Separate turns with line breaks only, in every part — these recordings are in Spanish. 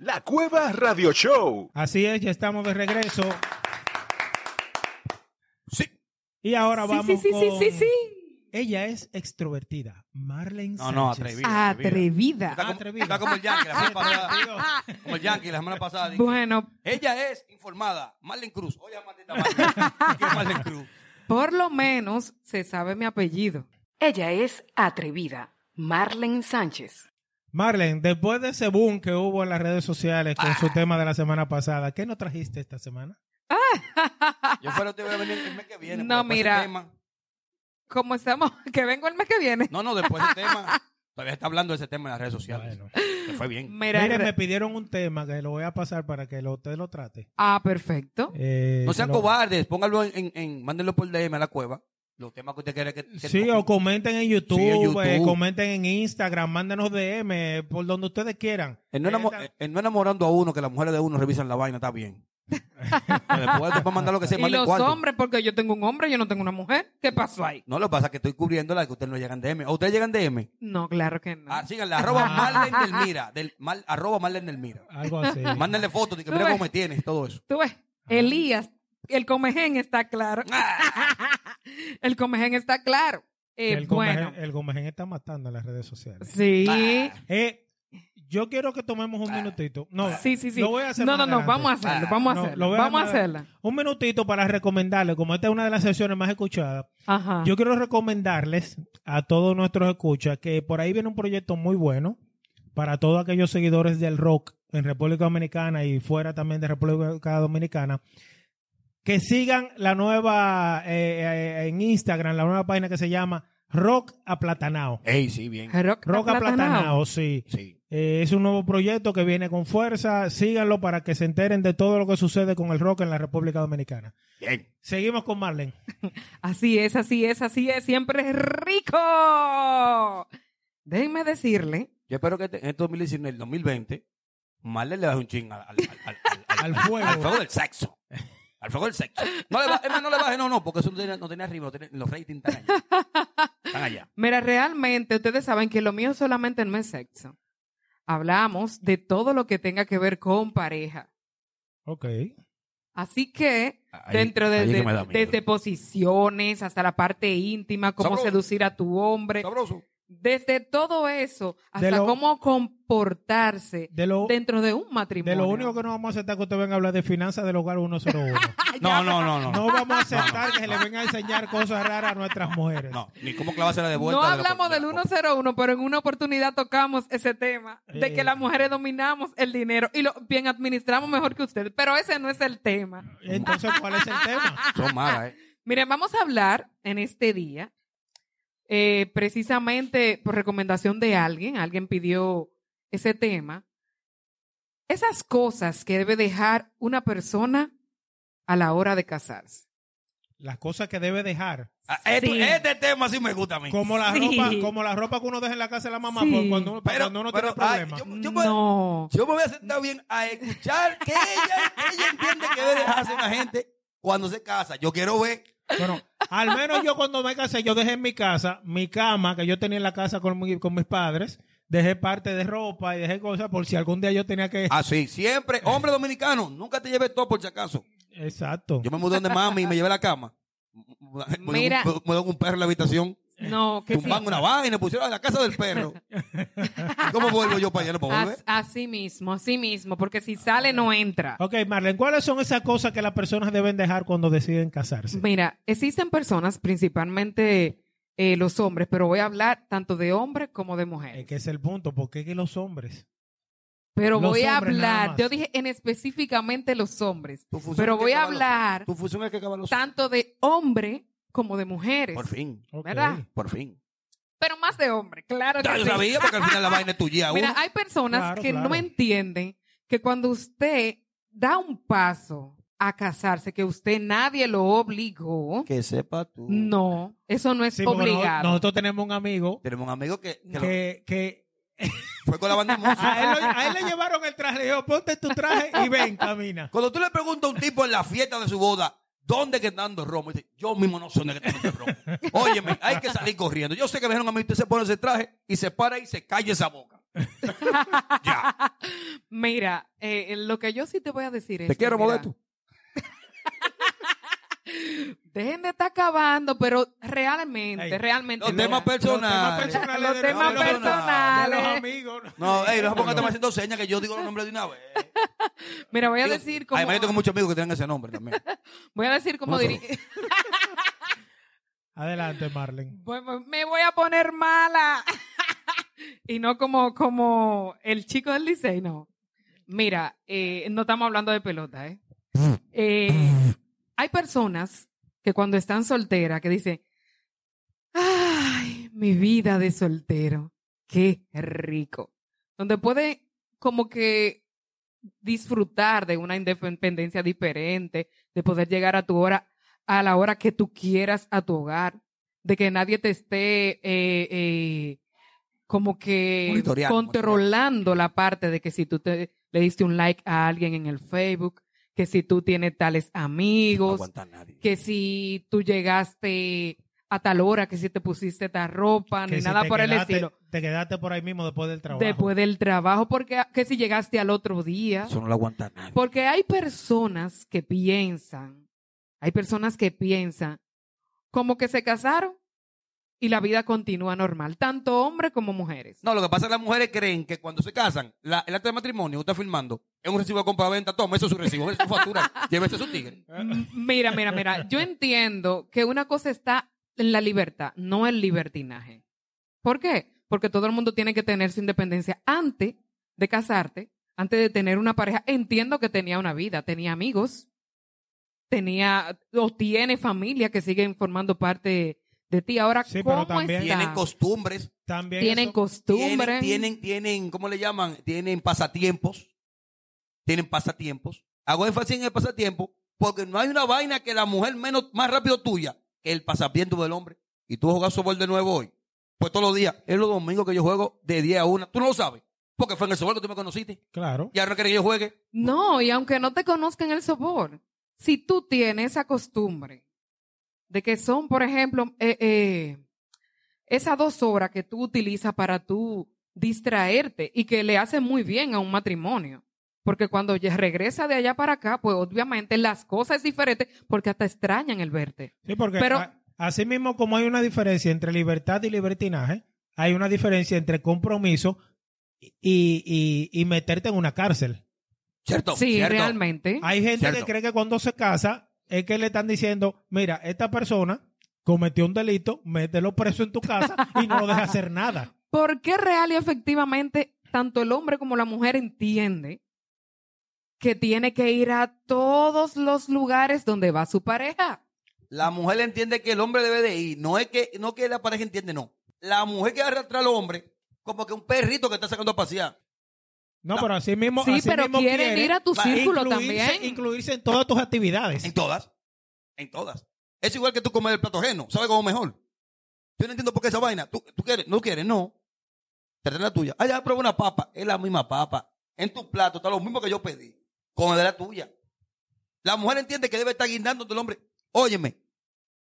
La Cueva Radio Show.
Así es, ya estamos de regreso.
Sí.
Y ahora
Sí,
vamos
sí, sí, sí,
con-
sí, sí.
Ella es extrovertida. Marlene
No, no,
Sánchez.
atrevida.
Atrevida.
Está como,
Ah, Atrevida.
está como el Yankee la semana pasada.
Digo,
Como el Yankee la semana pasada. dijo,
Bueno,
Ella es informada. Marlene Cruz. Oye, a maldita Marlene. ¿Qué es Marlene Cruz?
por lo menos se sabe mi apellido. Ella es atrevida. Marlene Sánchez.
Marlene, después de ese boom que hubo en las redes sociales con
Ah.
su tema de la semana pasada, ¿qué nos trajiste esta semana?
Yo fuera te voy a venir el mes que viene.
No,
pero después
mira.
del tema-
¿Cómo estamos? Que vengo el mes que viene.
No, no, después del tema. Todavía está hablando de ese tema en las redes sociales.
Bueno.
Te fue bien.
Mira,
Mire,
re-
me pidieron un tema que lo voy a pasar para que lo- usted lo trate.
Ah, perfecto.
Eh,
No
que
sean
lo-
cobardes, pónganlo en, en, en- mándenlo por DM a la cueva. Los temas que usted quiere que, que
Sí,
toquen.
o comenten en YouTube,
Sí, en YouTube.
eh, comenten en Instagram, mándenos DM, por donde ustedes quieran.
En no, enamo-
Esta-
en no enamorando a uno, que las mujeres de uno revisan la vaina, está bien. Pero después te pueden mandar lo que se
Y
mande
los
cuarto.
hombres, porque yo tengo un hombre, yo no tengo una mujer. ¿Qué pasó ahí?
No, lo que pasa es que estoy cubriendo la que ustedes no llegan DM. ¿O ustedes llegan DM?
No, claro que no.
Ah, síganla, arroba Marlen del Mira. Del, mal, arroba Marlen del Mira.
Algo así.
Mándenle fotos, de que mira
Tú ves.
cómo me tienes y todo eso.
Tú ves, Elías, el comején está claro. Ah. el comején está claro. Eh,
el,
bueno,
Gomején- el Gomején está matando en las redes sociales.
sí.
Eh, yo quiero que tomemos un minutito. No,
Sí, sí, sí.
Lo voy a hacer
Ah. no,
más
no, no,
adelante. Ah,
vamos a hacerlo, vamos a
No,
hacerlo.
lo voy a
vamos a
mandar-
hacerla.
Un minutito para recomendarles, como esta es una de las sesiones más escuchadas,
Ajá.
yo quiero recomendarles a todos nuestros escuchas que por ahí viene un proyecto muy bueno para todos aquellos seguidores del rock en República Dominicana y fuera también de República Dominicana. Que sigan la nueva eh, eh, en Instagram, la nueva página que se llama Rock Aplatanao.
Ey, sí, bien.
Rock,
Rock Aplatanao, sí.
Sí.
Eh, es un nuevo proyecto que viene con fuerza. Síganlo para que se enteren de todo lo que sucede con el rock en la República Dominicana.
Bien.
Seguimos con Marlene.
Así es, así es, así es. Siempre es rico. Déjenme decirle.
Yo espero que este- en este 2019, el 2020, Marlen le baje un ching al, al, al, al- al-
Al fuego.
al fuego del sexo. Al fuego del sexo. No le baje, no le baje, no, no, porque eso no tiene, no tiene arriba, no tiene, los ratings están allá. Están allá.
Mira, realmente ustedes saben que lo mío solamente no es sexo. Hablamos de todo lo que tenga que ver con pareja.
Ok.
Así que,
Ahí-
dentro de,
ahí que
de- este
me da miedo.
desde posiciones hasta la parte íntima, cómo
Sabroso.
seducir a tu hombre,
Sabroso.
desde todo eso hasta
De lo-
cómo comportarse
De lo, de
dentro de un matrimonio.
lo único que no vamos a aceptar que usted venga a hablar de finanzas del hogar 101.
No, no, no, no.
No vamos a aceptar que se le venga a enseñar cosas raras a nuestras mujeres.
No, ni cómo clavarse la de vuelta.
No
de la-
hablamos
de la
del
copa.
101, pero en una oportunidad tocamos ese tema de
Eh.
que las mujeres dominamos el dinero y lo bien administramos mejor que ustedes, pero ese no es el tema.
Entonces, ¿cuál es el tema?
Son malas, ¿eh?
Miren, vamos a hablar en este día, eh, precisamente por recomendación de alguien, alguien pidió ese tema, esas cosas que debe dejar una persona a la hora de casarse.
Las cosas que debe dejar.
Ah, esto-
Sí.
Este tema sí me gusta a mí.
Como la,
Sí.
ropa, como la ropa que uno deja en la casa de la mamá
Sí.
por cuando, uno- para
Pero-
cuando uno
pero,
tiene
ay,
problemas.
yo- yo me-
No.
Yo me voy a sentar bien a escuchar que ella, que ella entiende que debe dejarse una gente cuando se casa. Yo quiero ver.
Bueno, al menos yo cuando me casé, yo dejé en mi casa mi cama que yo tenía en la casa con, mi- con mis padres, dejé parte de ropa y dejé cosas por si algún día yo tenía que...
Así, siempre. Hombre dominicano, nunca te lleves todo por si acaso.
Exacto.
Yo me mudé donde mami y me llevé la cama. Me
Mira.
dieron un, me dieron un perro en la habitación.
No, que
Tumban una vaina, pusieron en la casa del perro. ¿Y cómo vuelvo yo para allá? ¿No puedo
As-
volver?
Así mismo, así mismo, porque si sale
Ah,
no entra.
Ok, Marlene, ¿cuáles son esas cosas que las personas deben dejar cuando deciden casarse?
Mira, existen personas, principalmente eh, los hombres, pero voy a hablar tanto de hombres como de
Es
mujeres.
que es el punto, porque es que los hombres...
Pero
los
voy a
hombres nada
hablar,
más.
yo dije en específicamente los hombres,
Tu función
pero
es que
voy a
acabar los-
hablar
Tu función es que acabar los...
tanto de hombre como de mujeres,
Por fin,
Ok.
¿verdad?
por fin.
Pero más de hombre, claro
Ya
que
yo
sí.
sabía porque al final la vaina es tuya.
Mira,
uno.
hay personas
Claro,
que
claro.
no entienden que cuando usted da un paso a casarse, que usted nadie lo obligó,
Que sepa tú.
No, eso no es
Sí, porque
obligado.
no- nosotros tenemos un amigo
Tenemos un amigo que, que lo-
que, que
fue con la banda de música.
a, él lo- a él le llevaron el traje, le dijo, ponte tu traje y ven, camina.
Cuando tú le preguntas a un tipo en la fiesta de su boda, ¿dónde que están dando el romo? Y Dice, yo mismo no sé dónde que están dando el romo. Óyeme, hay que salir corriendo. Yo sé que me dijeron a mí, usted se pone ese traje y se para y se calla esa boca. ya.
Mira, eh, lo que yo sí te voy a decir es.
Te quiero,
mira,
Modesto.
Dejen de estar acabando, pero realmente,
Ey,
realmente.
Los
mira,
temas personales.
Los
de
temas
los- de los
personales.
amigos.
No, ey, no se pongan haciendo señas que yo digo los nombres de una vez.
Mira, voy a
Digo,
decir como.
Además, yo tengo muchos amigos que tienen ese nombre también.
Voy a decir como
No,
diri-
Adelante, Marlen.
Voy- voy- Me voy a poner mala. y no como, como el chico del Licey, no. Mira, eh, no estamos hablando de pelota, ¿eh? Eh, hay personas que cuando están solteras que dicen, ay, mi vida de soltero, qué rico. Donde puede como que disfrutar de una independencia diferente, de poder llegar a tu hora, a la hora que tú quieras a tu hogar, de que nadie te esté eh, eh, como que
Monitoreando,
controlando la parte de que si tú te, le diste un like a alguien en el Facebook, que si tú tienes tales
No
amigos,
aguanta nadie.
que si tú llegaste a tal hora, que si te pusiste tal ropa,
Que
Ah, ni
si
nada
te
por el
quedaste-
estilo.
Te quedaste por ahí mismo después del trabajo.
Después del trabajo, porque que si llegaste al otro día.
Eso no lo aguanta nadie.
Porque hay personas que piensan, hay personas que piensan como que se casaron y la vida continúa normal, tanto hombres como mujeres.
No, lo que pasa es que las mujeres creen que cuando se casan, la- el acto de matrimonio que está firmando es un recibo de compra-venta. Toma, eso es su recibo, eso es su factura. Llévese su tigre.
Ah.
M- Mira, mira, mira, yo entiendo que una cosa está en la libertad, no el libertinaje. ¿Por qué? Porque todo el mundo tiene que tener su independencia antes de casarte, antes de tener una pareja. Entiendo que tenía una vida, tenía amigos, tenía o tiene familia que siguen formando parte de ti. Ahora,
Sí, pero
¿cómo
también-
está?
Tienen costumbres,
También
Tienen
eso-
costumbre.
tienen, tienen, tienen, ¿cómo le llaman? Tienen pasatiempos. Tienen pasatiempos. Hago énfasis en el pasatiempo porque no hay una vaina que la mujer menos, más rápido tuya que el pasatiempo del hombre. Y tú jugas softball de nuevo hoy. Pues todos los días. Es los domingos que yo juego de 10 a 1. Tú no lo sabes. Porque fue en el softball que tú me conociste.
Claro.
Y ahora no quieres que yo juegue.
No, y aunque no te conozcan el sobor, si tú tienes esa costumbre de que son, por ejemplo, eh, eh, esas dos horas que tú utilizas para tú distraerte y que le hace muy bien a un matrimonio. Porque cuando ya regresa de allá para acá, pues obviamente las cosas es diferente porque hasta extrañan el verte.
Sí, porque
Pero-
a- así mismo como hay una diferencia entre libertad y libertinaje, hay una diferencia entre compromiso y, y- y meterte en una cárcel.
¿Cierto?
sí,
¿Cierto?
realmente.
Hay gente
Cierto.
que cree que cuando se casa es que le están diciendo, mira, esta persona cometió un delito, mételo preso en tu casa y no lo deja hacer nada.
¿Por qué real y efectivamente tanto el hombre como la mujer entiende que tiene que ir a todos los lugares donde va su pareja?
La mujer entiende que el hombre debe de ir. No es que, no que la pareja entiende, no. La mujer que arrastra al hombre, como que un perrito que está sacando a pasear.
No,
No.
pero así mismo.
sí,
así
pero
mismo
quieren
quiere
ir a tu
va,
círculo
incluirse-
también.
Incluirse en todas tus actividades.
En todas. En todas. Es igual que tú comer el plato ajeno. ¿Sabes cómo mejor? Yo no entiendo por qué esa vaina. ¿Tú, tú quieres? No quieres, no. Te traen la tuya. Ah, ya probé una papa. Es la misma papa. En tu plato está lo mismo que yo pedí. Con el de la tuya. La mujer entiende que debe estar guindando el hombre. Óyeme,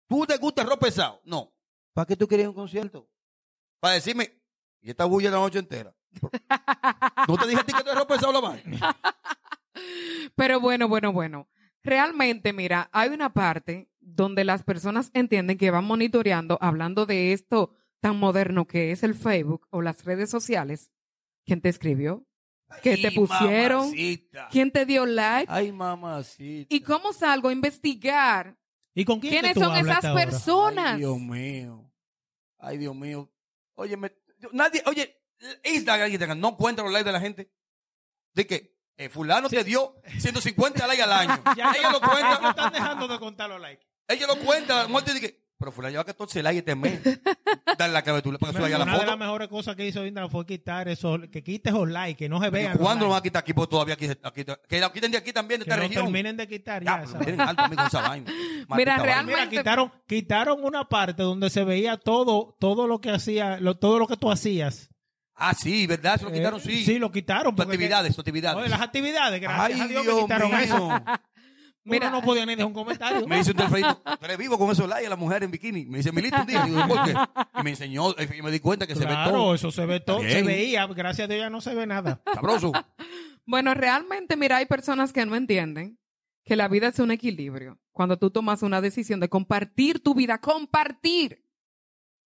¿tú te gusta el rock pesado? No. ¿Para qué tú querías un concierto? Para decirme, y esta bulla la noche entera. ¿No te dije a ti que tú eres rock pesado la vaina?
Pero bueno, bueno, bueno. Realmente, mira, hay una parte donde las personas entienden que van monitoreando, hablando de esto tan moderno que es el Facebook o las redes sociales. ¿Quién te escribió? ¿Qué te
Ay,
pusieron?
mamacita.
¿Quién te dio like?
Ay, mamacita.
¿Y cómo salgo a investigar
¿Y con quién que
quiénes
tú
son
hablas
esas
ahora?
personas?
Ay, Dios mío. Ay, Dios mío. Oye, me- yo- nadie, oye, Instagram, Instagram, no cuenta los likes de la gente. De que eh, fulano te dio 150 likes al año. ella lo
Ya no
cuenta,
están dejando de contar los likes.
ella lo cuenta, la muerte dice que, pero fulano lleva 14 likes este mes. Dale la cabeza para que suba ya la
Una de las
foto.
mejores cosas que hizo Indra fue quitar eso, que quites los likes, que no se
Pero
vean. los
¿Cuándo lo van a
likes,
quitar aquí? Porque todavía aquí, aquí- que la quiten de aquí también, de
que
esta
no
región.
terminen de quitar
Ya,
ya.
pero
¿sabes?
miren, alto, amigo, esa vaina. Maldita vaina.
realmente-
Mira, quitaron, quitaron una parte donde se veía todo, todo lo que hacía, lo- todo lo que tú hacías.
Ah, sí, ¿verdad? Se lo quitaron,
Eh,
sí.
Sí, lo quitaron.
Tus
porque-
actividades, tus
Oye,
actividades.
las actividades, gracias
Ay,
a Dios,
Dios
que quitaron eso.
mío.
Mira.
Uno no podía ni dejar un comentario.
Me dice un telfrito, tú eres vivo con esos likes a la mujer en bikini. Me dice, Milito, un día. Digo, ¿por qué? Y me enseñó, y me di cuenta que se ve
claro,
todo.
eso se ve todo.
Bien.
Se veía, gracias a Dios ya no se ve nada.
Sabroso.
Bueno, realmente, mira, hay personas que no entienden que la vida es un equilibrio. Cuando tú tomas una decisión de compartir tu vida, compartir,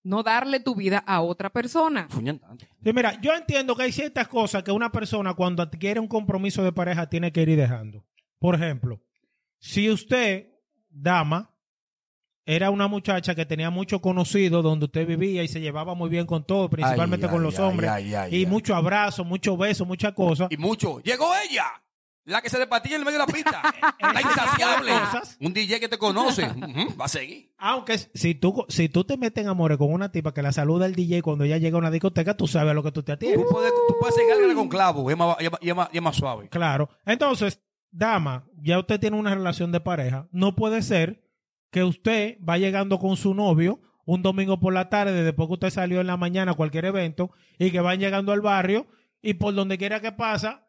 no darle tu vida a otra persona.
Fuñan tanto.
Sí, mira, yo entiendo que hay ciertas cosas que una persona cuando adquiere un compromiso de pareja tiene que ir dejando. Por ejemplo, si usted, dama, era una muchacha que tenía mucho conocido donde usted vivía y se llevaba muy bien con todo, principalmente
Ay,
con
ay,
los
ay,
hombres,
ay, ay,
y
ay.
mucho abrazo, mucho beso, muchas cosas.
Y mucho. Llegó ella. La que se despatilla en el medio de la pista. la insaciable.
Eh, Cosas.
Un DJ que te conoce. Ujú, va a seguir.
Aunque s- si tú, si tú te metes en amores con una tipa que la saluda el DJ cuando ella llega a una discoteca, tú sabes a lo que tú te atienes.
Tú puedes, tú puedes seguirle
Uh.
con clavo. Y es más, y es más- y es más- y es más suave.
Claro. Entonces, dama, ya usted tiene una relación de pareja. No puede ser que usted va llegando con su novio un domingo por la tarde, después que usted salió en la mañana a cualquier evento, y que van llegando al barrio, y por donde quiera que pasa,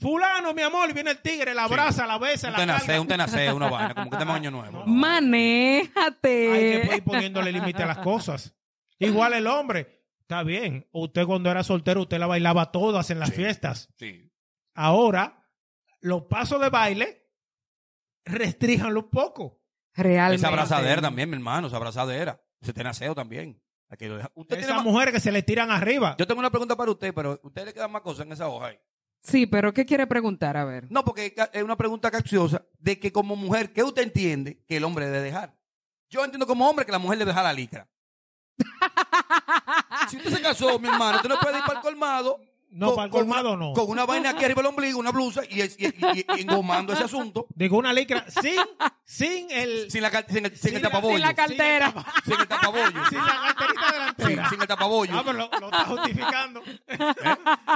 fulano, mi amor, y viene el tigre, la
Sí.
abraza, la besa,
Un
la carga.
tenaceo, un tenaceo, una vaina. Como que estamos en año nuevo.
Hay que
Manéjate.
ir poniéndole límite a las cosas. Igual el hombre, está bien, usted cuando era soltero, usted la bailaba todas en las
Sí.
fiestas.
Sí.
Ahora, los pasos de baile, restríjanlo un poco.
Realmente.
Esa abrazadera también, mi hermano. Esa abrazadera. Ese tenaceo también. Hay que dejar- Usted tiene
Esas
más-
mujeres que se le tiran arriba.
Yo tengo una pregunta para usted, pero usted le quedan más cosas en esa hoja ahí.
Sí, pero ¿qué quiere preguntar? A ver.
No, porque ca- es una pregunta capciosa de que como mujer, ¿qué usted entiende que el hombre debe dejar? Yo entiendo como hombre que la mujer debe dejar la licra. si usted se casó, mi hermano, usted no puede ir para el colmado.
No, para el colmado
una,
no.
Con una vaina aquí arriba del ombligo, una blusa y, es- y- y- y engomando ese asunto
Digo, una licra sin, sin el.
sin, la, cal- sin el, sin
Sin
el
la-
tapabollo.
Sin la cartera.
Sin el tapabollo.
sin la carterita delantera.
Sí, sin el tapabollo.
Ah, pero lo, lo está justificando.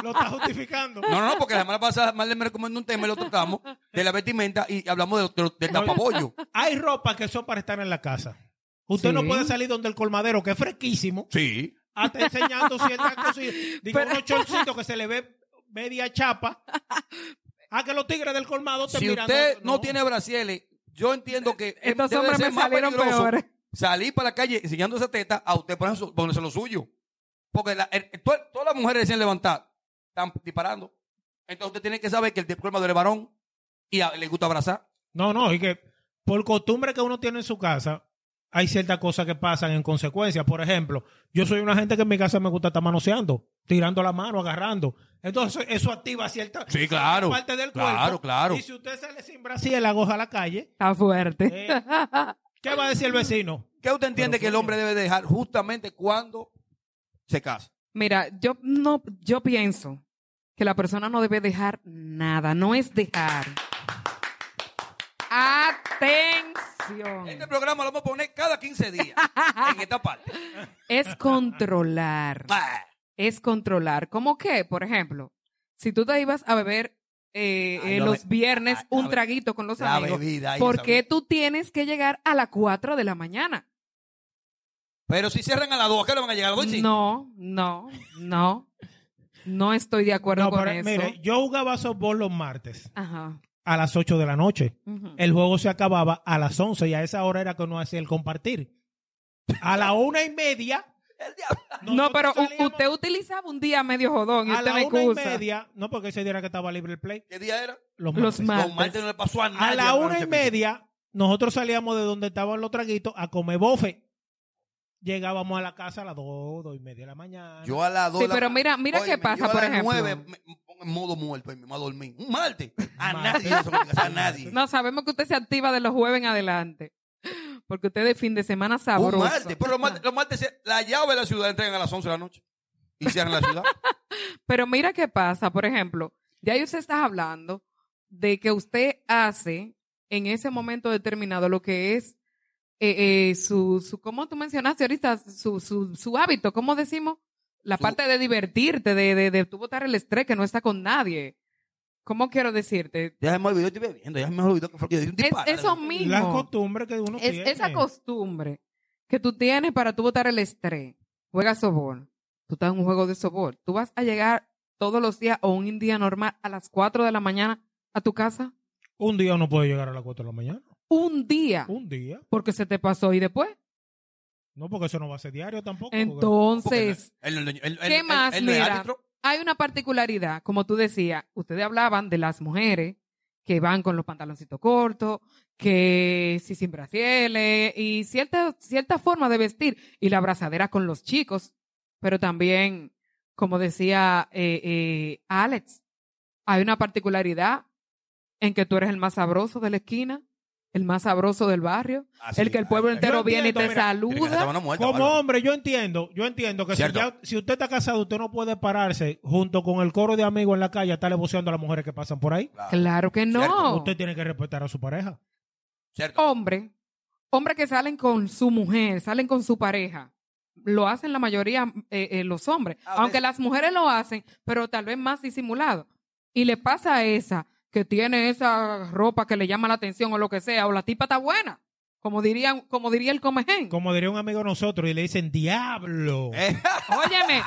Lo está justificando.
No, no, no, porque la semana pasada Marlene me recomendó un tema y lo tocamos de la vestimenta y hablamos de lo- de lo- del tapabollo.
Hay ropa que son para estar en la casa. Usted
Sí.
no puede salir donde el colmadero, que es fresquísimo,
Sí.
hasta enseñando ciertas cosas. Digo,
Pero-
unos chorcitos que se le ve media chapa. A que los tigres del colmado te
si
miran.
usted no, tiene brasieles, yo entiendo que es-
Eh, Estos
Eh, debe
hombres
ser
me
más
salieron
peligroso
peores.
Salir para la calle enseñando esa teta a usted ponerse, ponerse lo suyo. Porque la- el- el- todas todas las mujeres recién levantadas están disparando. Entonces usted tiene que saber que el problema del varón y a- le gusta abrazar.
No, no, y que por costumbre que uno tiene en su casa, hay ciertas cosas que pasan en consecuencia. Por ejemplo, yo soy una gente que en mi casa me gusta estar manoseando, tirando la mano, agarrando. Entonces, eso activa cierta,
Sí, claro.
cierta parte del cuerpo.
Claro, claro.
Y si usted sale sin brasiélago a la calle,
Está fuerte.
eh, ¿qué va a decir el vecino?
¿Qué usted entiende
Pero,
que el
coño.
hombre debe dejar justamente cuando se casa?
Mira, yo no, yo pienso que la persona no debe dejar nada, no es dejar.
Este
Atención.
programa lo vamos a poner cada 15 días en esta parte.
Es controlar.
Ah,
Es controlar. ¿Cómo qué? Por ejemplo, si tú te ibas a beber eh,
Ay,
eh,
la
los
be-
viernes
ay, la
un
be-
traguito con los
la
amigos,
bebida. ahí,
¿por
esa
qué tú tienes que llegar a las 4 de la mañana?
Pero si cierran a las 2, ¿a qué le van a llegar? ¿A las dos y cinco?
No, no, no. No estoy de acuerdo
No,
con
pero,
eso.
mire, yo jugaba softball los martes
Ajá.
a las 8 de la noche.
Ujú.
El juego se acababa a las 11 y a esa hora era que uno hacía el compartir. A la una y media.
No, pero
nosotros
u-
salíamos-
usted utilizaba un día medio jodón y
a
usted
la
me
una
excusa.
y media, no porque ese día era que estaba libre el play,
¿Qué día era?
los
Los
martes.
martes.
Don Marte no le pasó a nadie.
a la
hermano,
una
ese
y
piso.
media, nosotros salíamos de donde estaban los traguitos a comer bofe. Llegábamos a la casa a las dos, dos y media de la mañana.
Yo a las dos.
Sí,
la-
pero mira, mira
Óyeme,
qué
yo
pasa,
a
por
las
ejemplo.
nueve me me pongo en modo muerto y me voy a dormir. Un martes. A
Martes.
nadie. eso que digas, a nadie.
No, sabemos que usted se activa de los jueves en adelante. Porque usted de fin de semana sabroso.
un martes. Pero los martes, los martes se- la llave de la ciudad la entregan a las 11 de la noche. Y cierran la ciudad.
Pero mira qué pasa, por ejemplo, ya ahí usted está hablando de que usted hace en ese momento determinado lo que es eh, eh, su, su, como tú mencionaste ahorita, su, su, su hábito, ¿cómo decimos? La
Su-
parte de divertirte, de, de, de tú botar el estrés que no está con nadie. ¿Cómo quiero decirte?
Ya se me olvidó, estoy bebiendo. Ya se me olvidó que fue que yo di un
Es-
disparate.
eso
la
mismo.
costumbre que uno
Es-
tiene.
esa costumbre que tú tienes para tú botar el estrés. Juegas sobor. Tú estás en un juego de sobor. Tú vas a llegar todos los días o un día normal a las 4 de la mañana a tu casa.
Un día uno puede llegar a las 4 de la mañana.
Un día.
Un día.
Porque se te pasó y después.
No, porque eso no va a ser diario tampoco. porque-
Porque
Entonces,
él- él- él- él-
¿Qué
él-
más,
él no es
mira?
árbitro.
hay una particularidad, como tú decías, ustedes hablaban de las mujeres que van con los pantaloncitos cortos, que si sin brasieles y cierta, cierta forma de vestir y la abrazadera con los chicos, pero también, como decía eh, eh, Alex, hay una particularidad en que tú eres el más sabroso de la esquina, el más sabroso del barrio,
Así,
el que el pueblo
así.
entero
Yo
viene y te
entiendo, mira,
Tiene que ser
saluda.
esa mano muerta,
Como
bárbaro.
hombre, yo entiendo, yo entiendo que si,
Cierto.
ya- si usted está casado, usted no puede pararse junto con el coro de amigos en la calle a estarle voceando a las mujeres que pasan por ahí.
Claro,
Claro que no.
Usted tiene que respetar a su pareja.
cierto.
hombre, hombre que salen con su mujer, salen con su pareja, lo hacen la mayoría eh, eh, los hombres,
A
aunque
veces.
las mujeres lo hacen, pero tal vez más disimulado. Y le pasa a esa que tiene esa ropa que le llama la atención o lo que sea, o la tipa está buena, como dirían, como diría el comején.
Como diría un amigo de nosotros, y le dicen,
Oh.
diablo.
Eh,
Óyeme.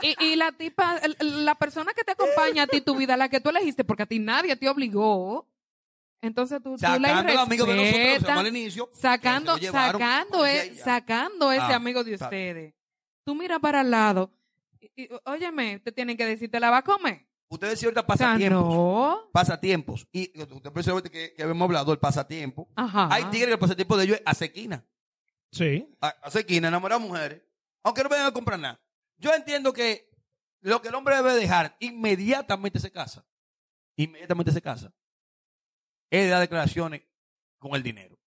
Y, y la tipa, el- el- la persona que te acompaña a ti, tu vida, la que tú elegiste, porque a ti nadie te obligó. Entonces tú, tú la
sacando al amigo de nosotros que se
irrespetas.
llamó al inicio.
sacando,
que se lo llevaron,
sacando,
policía
e-
y ya.
sacando ese
Ah,
amigo de
está.
ustedes. Tú miras para el lado. y- y, óyeme, te tienen que decir, ¿te la va a comer?
Ustedes decían ahorita
O sea,
pasatiempos.
no.
Pasatiempos. Y usted pensó ahorita que, que habíamos hablado del pasatiempo.
Ajá.
Hay tigres que el pasatiempo de ellos es hacer quina.
Sí.
a- hacer quina, enamorar a mujeres, aunque no vayan a comprar nada. Yo entiendo que lo que el hombre debe dejar inmediatamente se casa. Inmediatamente se casa. Es dar declaraciones con el dinero.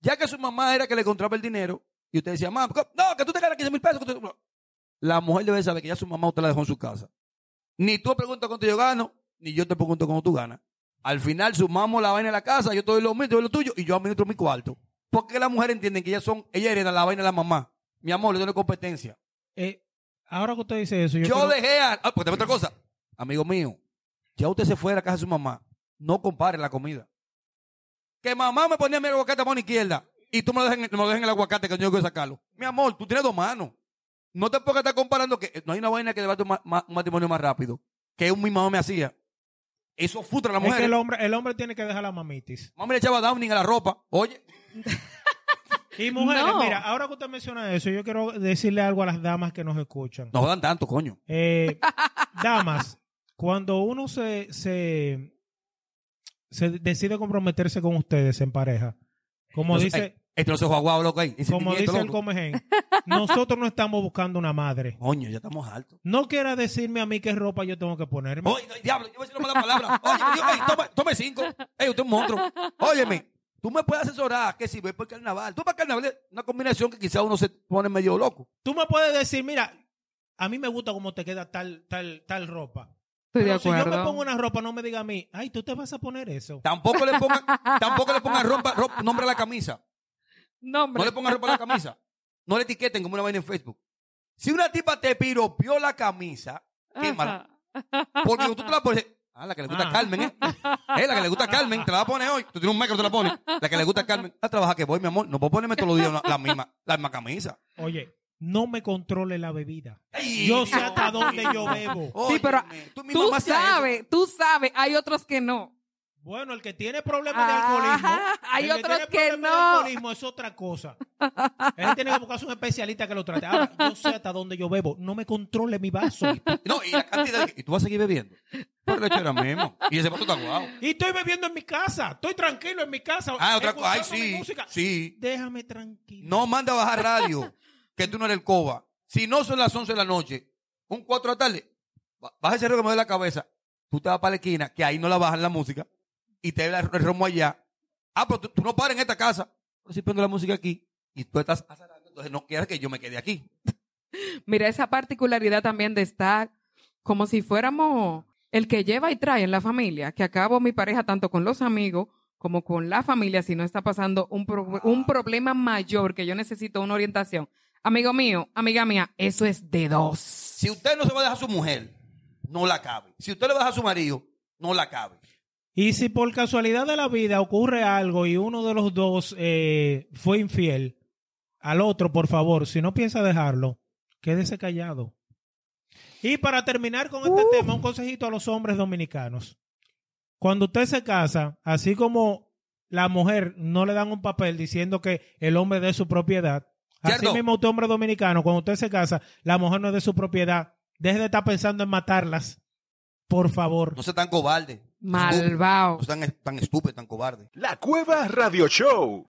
Ya que su mamá era que le compraba el dinero y usted decía, mamá, ¿cómo? no, que tú te ganas 15 mil pesos. que tú-". La mujer debe saber que ya su mamá usted la dejó en su casa. Ni tú preguntas cuánto yo gano, ni yo te pregunto cuánto tú ganas. Al final sumamos la vaina de la casa, yo te doy lo mío, te doy lo tuyo y yo administro mi cuarto. Porque las mujeres entienden que ellas son, ellas heredan la vaina de la mamá. Mi amor, yo tengo competencia.
Eh, ahora que usted dice eso, yo,
Yo,
creo-
dejé a. Ah, porque te voy a otra cosa. Amigo mío, ya usted se fue de la casa de su mamá. No compare la comida. Que mamá me ponía mi aguacate a mano izquierda y tú me lo dejas en, me lo dejas en el aguacate que yo tengo que sacarlo. Mi amor, tú tienes dos manos. No te pongas a estar comparando que eh, no hay una vaina que debate un, ma- ma- un matrimonio más rápido. Que un mi mamá me hacía. Eso futra a la
es
mujer.
que el hombre, el hombre tiene que dejar la mamitis.
Mamá le echaba Downing a la ropa. Oye,
Y mujeres,
No.
mira, ahora que usted menciona eso, yo quiero decirle algo a las damas que nos escuchan.
no jodan tanto, coño.
Eh, damas, cuando uno se, se, se decide comprometerse con ustedes en pareja, como
Entonces,
dice,
eh, Este no se juega guau, loco ahí.
como
Insentimiento,
dice el
loco.
comején, nosotros no estamos buscando una madre.
Coño, ya estamos altos.
No quiera decirme a mí qué ropa yo tengo que ponerme.
Oye, no, diablo, yo voy a decir una mala palabra. Oye, yo, ey, toma, tome cinco. Ey, usted es un monstruo. Óyeme, tú me puedes asesorar que si voy por carnaval, tú para carnaval es una combinación que quizá uno se pone medio loco.
Tú me puedes decir, mira, a mí me gusta cómo te queda tal, tal, tal ropa.
Estoy de
Pero si yo me
acuerdo.
pongo una ropa, no me diga a mí, ay, tú te vas a poner eso.
Tampoco le ponga, tampoco le ponga rompa- ro- nombre a la camisa.
No, hombre.
No le ponga ropa a la camisa. No le etiqueten como una vaina en Facebook. Si una tipa te piropió la camisa, quémala.
Ajá.
Porque tú te la pones. Ah, la que le gusta a
Ah.
Carmen, ¿eh? Eh, la que le gusta a Carmen, te la vas a poner hoy. Tú tienes un micro, te la pones. La que le gusta a Carmen. A trabajar que voy, mi amor. No puedo ponerme todos los días una- la misma, la misma camisa.
Oye, no me controle la bebida.
Ey,
Yo sé
Dios
hasta dónde yo
mío.
bebo.
Sí, pero
Óyeme, mi
Tú
mamá hacía eso.
sabes, tú sabes, hay otros que no.
Bueno, el que tiene problemas de alcoholismo.
Ajá, hay
el
otros
tiene
que
problemas
no.
De alcoholismo es otra cosa. Él tiene que buscarse un especialista que lo trate. Ahora, yo sé hasta dónde yo bebo. No me controle mi vaso.
No, y la cantidad de- Y tú vas a seguir bebiendo. Pero lo he hecho ahora mismo. Y ese pato está guau.
Y estoy bebiendo en mi casa. Estoy tranquilo en mi casa.
Ah, otra cosa. Ay,
escuchando mi
sí.
música.
Sí.
Déjame tranquilo.
No manda a bajar radio. Que tú no eres el coba. Si no son las 11 de la noche, un 4 de la tarde, ba- baja ese radio que me duele la cabeza. Tú te vas para la esquina, que ahí no la bajan la música. Y te ve la- el romo allá. Ah, pero tú, tú no paras en esta casa. Pero si prendo la música aquí. Y tú estás azarando. Entonces no quieras que yo me quede aquí.
Mira, esa particularidad también de estar como si fuéramos el que lleva y trae en la familia, que acabo mi pareja tanto con los amigos como con la familia, si no está pasando un, pro- un problema mayor que yo necesito una orientación. Amigo mío, amiga mía, eso es de dos.
Si usted no se va a dejar a su mujer, no la cabe. Si usted le va a dejar a su marido, no la cabe.
Y si por casualidad de la vida ocurre algo y uno de los dos eh, fue infiel al otro, por favor, si no piensa dejarlo, quédese callado. Y para terminar con este tema, un consejito a los hombres dominicanos. Cuando usted se casa, así como la mujer no le dan un papel diciendo que el hombre es de su propiedad, así
Cierto.
mismo usted, hombre dominicano, cuando usted se casa, la mujer no es de su propiedad. Deje de estar pensando en matarlas. Por favor.
No seas tan cobarde.
Malvado.
No seas tan, tan estúpido, tan cobarde.
La Cueva Radio Show.